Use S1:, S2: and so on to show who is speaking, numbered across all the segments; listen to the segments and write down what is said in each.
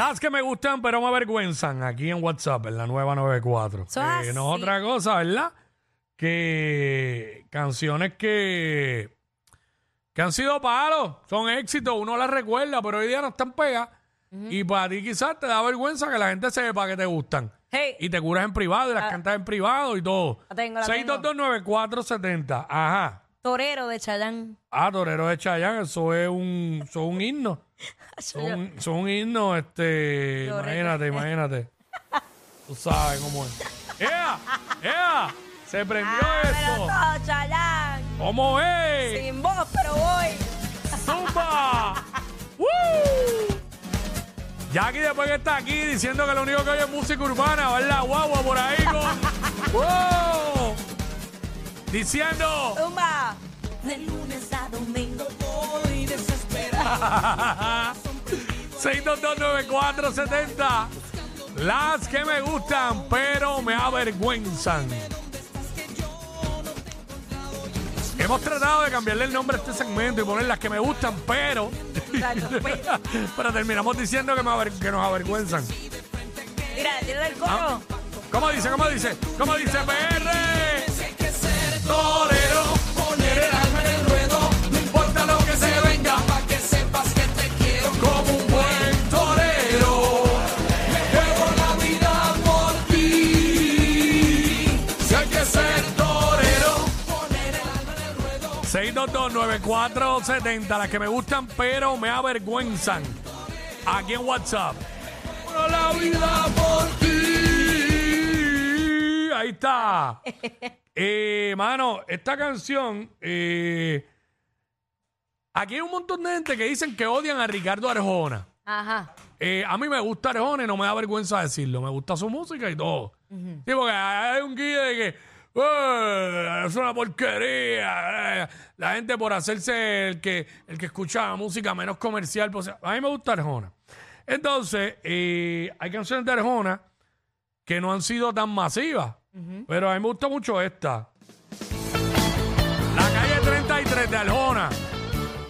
S1: Las que me gustan pero me avergüenzan aquí en WhatsApp, en la nueva 94.
S2: Eso
S1: Que no es
S2: así.
S1: otra cosa, ¿verdad? Que canciones que, que han sido palos, son éxitos, uno las recuerda, pero hoy día no están pegadas. Y para ti quizás te da vergüenza que la gente sepa que te gustan.
S2: Hey.
S1: Y te curas en privado y las cantas en privado y todo.
S2: Ah. La tengo, la tengo.
S1: 6229470. Ajá.
S2: Torero de Chayán.
S1: Ah, Torero de Chayanne, eso es un, eso es un himno. Son, son himnos, este.
S2: Yo
S1: Imagínate, imagínate. Tú sabes cómo es. ¡Ea! ¡Ea! ¡Se prendió
S2: Ah, Pero
S1: esto!
S2: todo Chayán.
S1: ¡Cómo es!
S2: Sin voz, pero voy.
S1: ¡Zumba! ¡Woo! Jackie después que está aquí diciendo que lo único que oye es música urbana, va en la guagua por ahí con. ¡Wow! Diciendo.
S2: Tumba.
S3: De lunes a domingo voy desesperado.
S1: 6229470. Las que me gustan, pero me avergüenzan. Hemos tratado de cambiarle el nombre a este segmento y poner las que me gustan, pero.
S2: Exacto.
S1: pero terminamos diciendo que, me aver- que nos avergüenzan.
S2: Mira, tira el
S1: Ah.
S2: coro.
S1: ¿Cómo dice? ¿Cómo dice? ¿Cómo dice PR? Torero, poner el alma en el ruedo, no importa lo que se venga, para que sepas que te quiero como un buen torero. Me llevo la vida por ti. Si hay que ser torero, poner el alma en el ruedo. 6229470, las que me gustan pero me avergüenzan. Aquí en WhatsApp. Por la vida por ti. Ahí está. Eh, mano, esta canción. eh, aquí hay un montón de gente que dicen que odian a Ricardo Arjona.
S2: Ajá. Ah,
S1: Eh, a mí me gusta Arjona y no me da vergüenza decirlo. Me gusta su música y todo. Sí, porque hay un guía de que "Eh, es una porquería. eh". La gente por hacerse el que, el que escucha música menos comercial. pues, a mí me gusta Arjona. Entonces, eh, hay canciones de Arjona que no han sido tan masivas. Pero a mí me gusta mucho esta. La calle 33 de Arjona.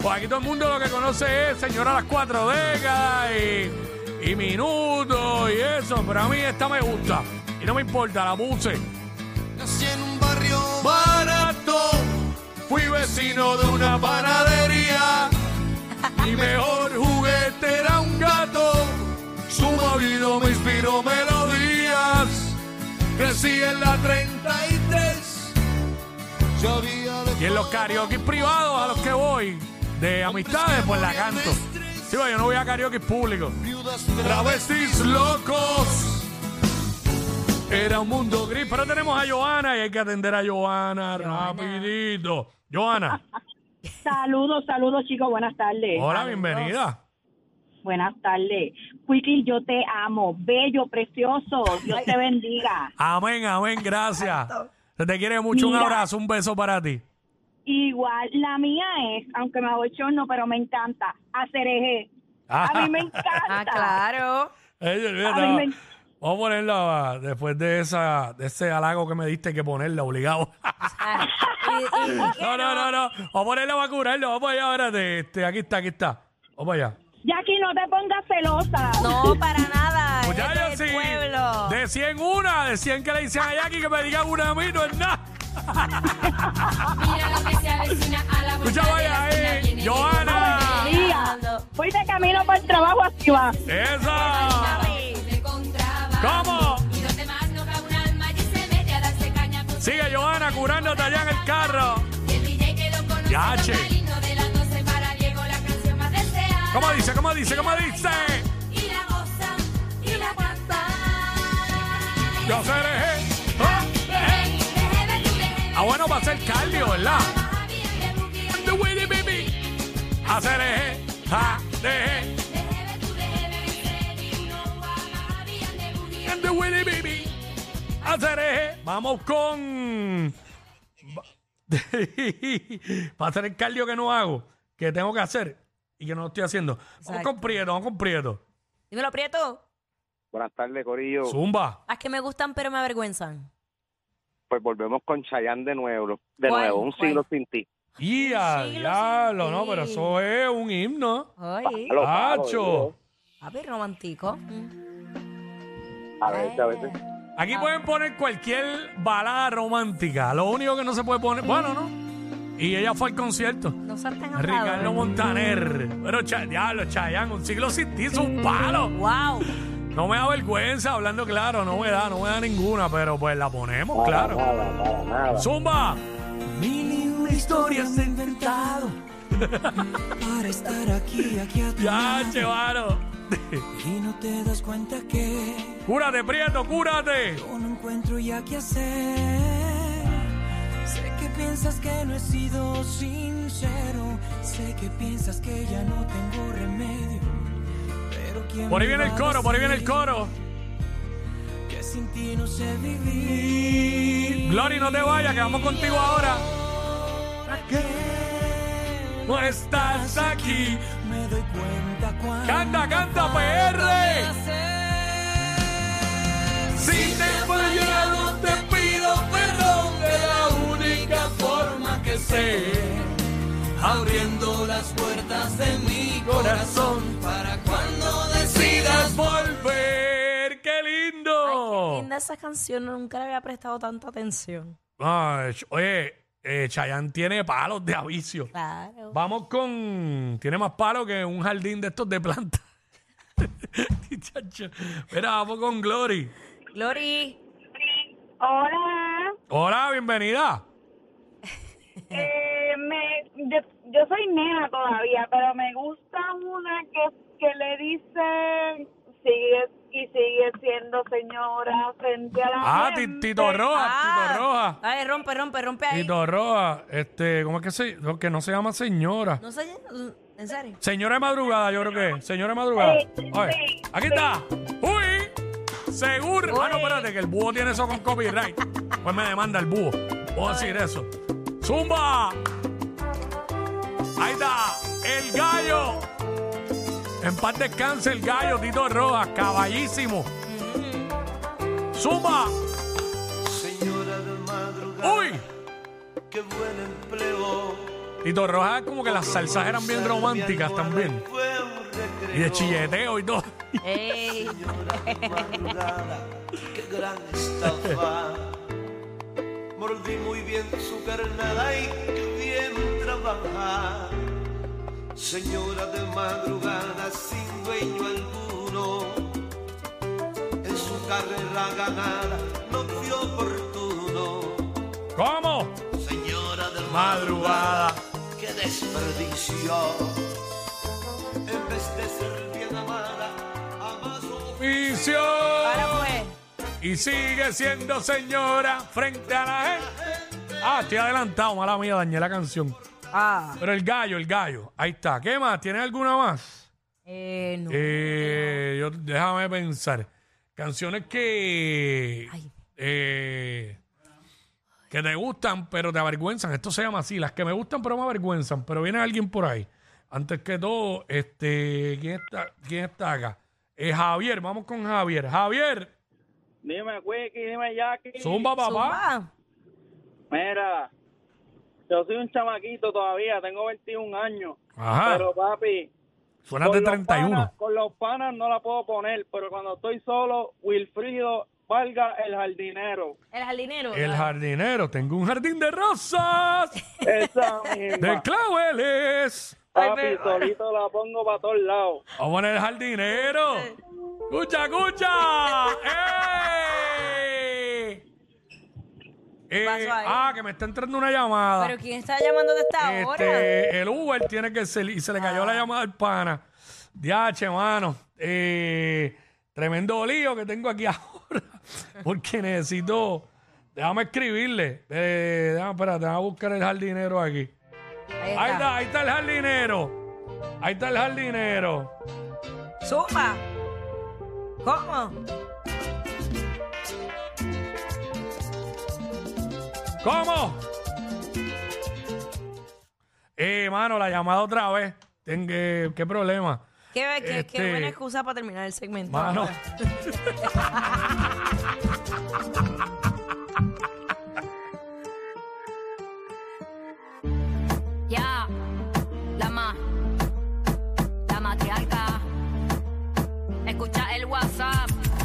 S1: Pues aquí todo el mundo lo que conoce es Señora las Cuatro Décadas y, y Minutos y eso, pero a mí esta me gusta y no me importa, la puse.
S4: Nací en un barrio
S1: Barato, fui vecino de una panadería. Mi mejor juguete era un gato, su marido me inspiró melodías.
S4: crecí en la 33. Yo había
S1: Y en los karaoke privados a los que voy, de amistades, pues la canto. Sí, pues, yo no voy a karaoke públicos.
S4: viudas
S1: Travestis locos. Era un mundo gris, pero tenemos a Joana y hay que atender a Joana, rapidito. Joana,
S5: Saludos, saludos chicos, buenas tardes.
S1: hola, bienvenida.
S5: Buenas tardes. Quickie, yo te amo, bello, precioso, Dios te bendiga.
S1: Amén, amén, gracias. Se te quiere mucho, un
S5: Mira.
S1: abrazo, un beso para ti.
S5: Igual, la mía es, aunque me abochorno, pero me encanta, hacer eje. A mí me encanta.
S2: Ah, claro.
S1: Ella, mira,
S5: A mí me-
S1: estaba- Vamos a ponerla ah, después de esa, de ese halago que me diste hay que ponerla, obligado.
S2: Ah, y- y- y que
S1: no, no, no, no. Vamos a ponerla para curarlo. Vamos para allá, espérate. Este, aquí está, aquí está. Vamos para allá.
S5: Jackie, no te pongas celosa.
S2: No, para nada.
S1: Pues ya
S2: es
S1: yo
S2: del
S1: sí.
S2: pueblo.
S1: De 100 una, de 100 que le dicen a Jackie que me digan una a mí, no es nada.
S3: Mira lo que se avecina a la
S1: Escucha,
S3: vuelta de
S1: vaya,
S3: la esquina,
S1: eh.
S3: viene
S1: Joana.
S5: Mira, voy de camino para el trabajo, así va.
S1: Esa.
S3: de contrabando.
S1: ¿Cómo?
S3: Y donde más no cae un alma y se mete a darse caña con
S1: Sigue Joana curándote allá en el carro.
S3: Y el DJ que lo conoce
S1: Ya,
S3: toca
S1: che.
S3: el himno de las 12 para Diego, la canción más deseada.
S1: ¿Cómo dice? ¿Cómo dice? ¿Cómo dice?
S3: Y la goza, y la canta.
S1: Yo seré. Ah,
S3: Deje, deje ver tu deje
S1: Ah, bueno, va a ser cardio, ¿verdad?
S3: baja bien de buki,
S1: The way they baby. Haceré. Ja, deje.
S3: deje ver tu deje ver el ser y uno va baja bien de buki.
S1: And the Willy Baby. Haceré. Vamos con. Va a hacer el cardio que no hago, que tengo que hacer y que no lo estoy haciendo. Vamos
S2: Exacto.
S1: con Prieto, vamos con Prieto.
S2: Dímelo, Prieto.
S6: Buenas tardes, Corillo.
S1: Zumba.
S2: Las que me gustan, pero me avergüenzan.
S6: Pues volvemos con Chayanne de nuevo. De
S2: ¿Cuál?
S6: nuevo, un
S2: ¿Cuál?
S6: siglo sin ti.
S1: Y a
S2: siglo sin
S1: diablo, no,
S2: ti.
S1: pero eso es un himno.
S2: Ay.
S6: Lo paro,
S1: ¡Hacho!
S6: digo.
S2: Papi, romántico.
S6: A veces, a
S2: Eh.
S6: veces.
S1: Aquí pueden poner cualquier balada romántica. Lo único que no se puede poner. Bueno, ¿no? Y ella fue al concierto.
S2: No seas tan
S1: Ricardo
S2: atado.
S1: Montaner. Pero, Cha- diablo, Chayanne, un siglo sin ti es un palo.
S2: Wow.
S1: No me da vergüenza, hablando claro, no me da, no me da ninguna, pero pues la ponemos, claro. ¡Zumba!
S7: Mil y una historias he inventado para estar aquí, aquí a tu
S1: Ya,
S7: lado.
S1: chevaro.
S7: Y no te das cuenta que
S1: cúrate, Prieto, cúrate.
S7: yo no encuentro ya qué hacer. Sé que piensas que no he sido sincero. Sé que piensas que ya no tengo remedio. Pero quién
S1: Por ahí
S7: me
S1: viene el
S7: va a
S1: coro, por ahí viene el
S7: decir
S1: coro.
S7: Que sin ti no sé vivir.
S1: Glory, no te vayas, que vamos contigo ahora. No estás aquí.
S7: Me doy cuenta cuando.
S1: Canta, canta, PR. Si te he fallado, te pido perdón de la única forma que sé.
S7: abriendo las puertas de mi corazón para cuando decidas
S1: Decidas volver, qué lindo.
S2: Qué linda esa canción, nunca le había prestado tanta atención.
S1: Ay, ch- oye, eh, Chayanne tiene palos de avicio.
S2: Claro.
S1: Vamos con. Tiene más palos que un jardín de estos de planta. Chacho. Mira, vamos con Glory.
S2: Glory.
S5: Hola.
S1: Hola, bienvenida.
S5: Eh, me, yo, yo soy nena todavía, pero me gusta una que, que le dice sigue y sigue siendo señora frente a la
S1: Ah, Ti-
S5: gente.
S1: Tito Roja, Tito Roja.
S2: Dale, Ah. rompe, rompe, rompe ahí.
S1: Tito Roja, este, ¿cómo es que se.? no, que no se llama señora.
S2: No sé, en serio.
S1: Señora de madrugada, yo creo que. es. Señora de madrugada.
S5: Sí,
S1: Oye,
S5: sí,
S1: aquí
S5: sí.
S1: está. Uy, seguro. Ah, no,
S2: Uy.
S1: espérate, que el búho tiene eso con copyright. pues me demanda el búho. Puedo decir eso. ¡Zumba! Ahí está. El gallo. En paz descanse el gallo, Tito Rojas, caballísimo. ¡Zumba!
S4: Señora de madrugada,
S1: ¡Uy!
S4: qué buen empleo.
S1: Tito Rojas, como que las salsas eran bien románticas también.
S4: Fue un recreo.
S1: Y de chilleteo y todo.
S2: Ey.
S4: madrugada, qué gran estafa. Mordí muy bien su carnada y qué bien trabaja. Señora de madrugada sin dueño alguno, en su carrera ganada no fue oportuno.
S1: ¿Cómo?
S4: Señora de
S1: Madrugada.
S4: qué desperdicio. En vez de ser bien amada, amas un
S1: Vicio.
S2: Ahora pues.
S1: Y sigue siendo señora frente a la gente. Ah, estoy adelantado, mala mía, dañé la canción.
S2: Ah.
S1: Pero el gallo, el gallo. Ahí está. ¿Qué más? ¿Tienes alguna más?
S2: Eh, no.
S1: Eh, yo, déjame pensar. Canciones que.
S2: Ay.
S1: eh, que te gustan, pero te avergüenzan. Esto se llama así. Las que me gustan, pero me avergüenzan. Pero viene alguien por ahí. Antes que todo, este. ¿Quién está, quién está acá? Eh, Javier, vamos con Javier. Javier,
S8: Dime, Wiki, dime, Jackie.
S1: zumba, papá.
S2: Zumba.
S8: Mira, yo soy un chamaquito todavía, tengo 21 años.
S1: Ajá.
S8: Pero, papi.
S1: Suena de
S8: con los
S1: 31.
S8: panas- con los panas no la puedo poner, pero cuando estoy solo, Wilfrido valga el jardinero.
S2: El jardinero.
S1: El
S2: ¿verdad?
S1: jardinero, tengo un jardín de rosas,
S8: Esa
S1: de
S8: misma.
S1: claveles.
S8: Papi, solito la pongo para todos lados.
S1: Vamos en el jardinero. ¡Cucha, cucha! ¡Ey! Eh,
S2: Pasó ahí.
S1: ah, que me está entrando una llamada.
S2: Pero ¿quién está llamando de esta hora?
S1: Este, el Uber tiene que ser. Y se le cayó
S2: Ah.
S1: la llamada al pana. Diache, mano. Eh, tremendo lío que tengo aquí ahora. Porque necesito. Déjame escribirle. Eh, déjame, espérate, déjame buscar el jardinero aquí.
S2: Ahí
S1: Ahí
S2: está.
S1: está, ahí está el jardinero. Ahí está el jardinero.
S2: Zumba. ¿Cómo?
S1: ¿Cómo? Eh, mano, la llamada otra vez. Ten- eh, ¿Qué problema?
S2: Qué, qué- qué
S1: Este-
S2: buena excusa para terminar el segmento.
S1: Mano.
S2: ahora.
S3: Ya, la ma, la matriarca,
S2: WhatsApp.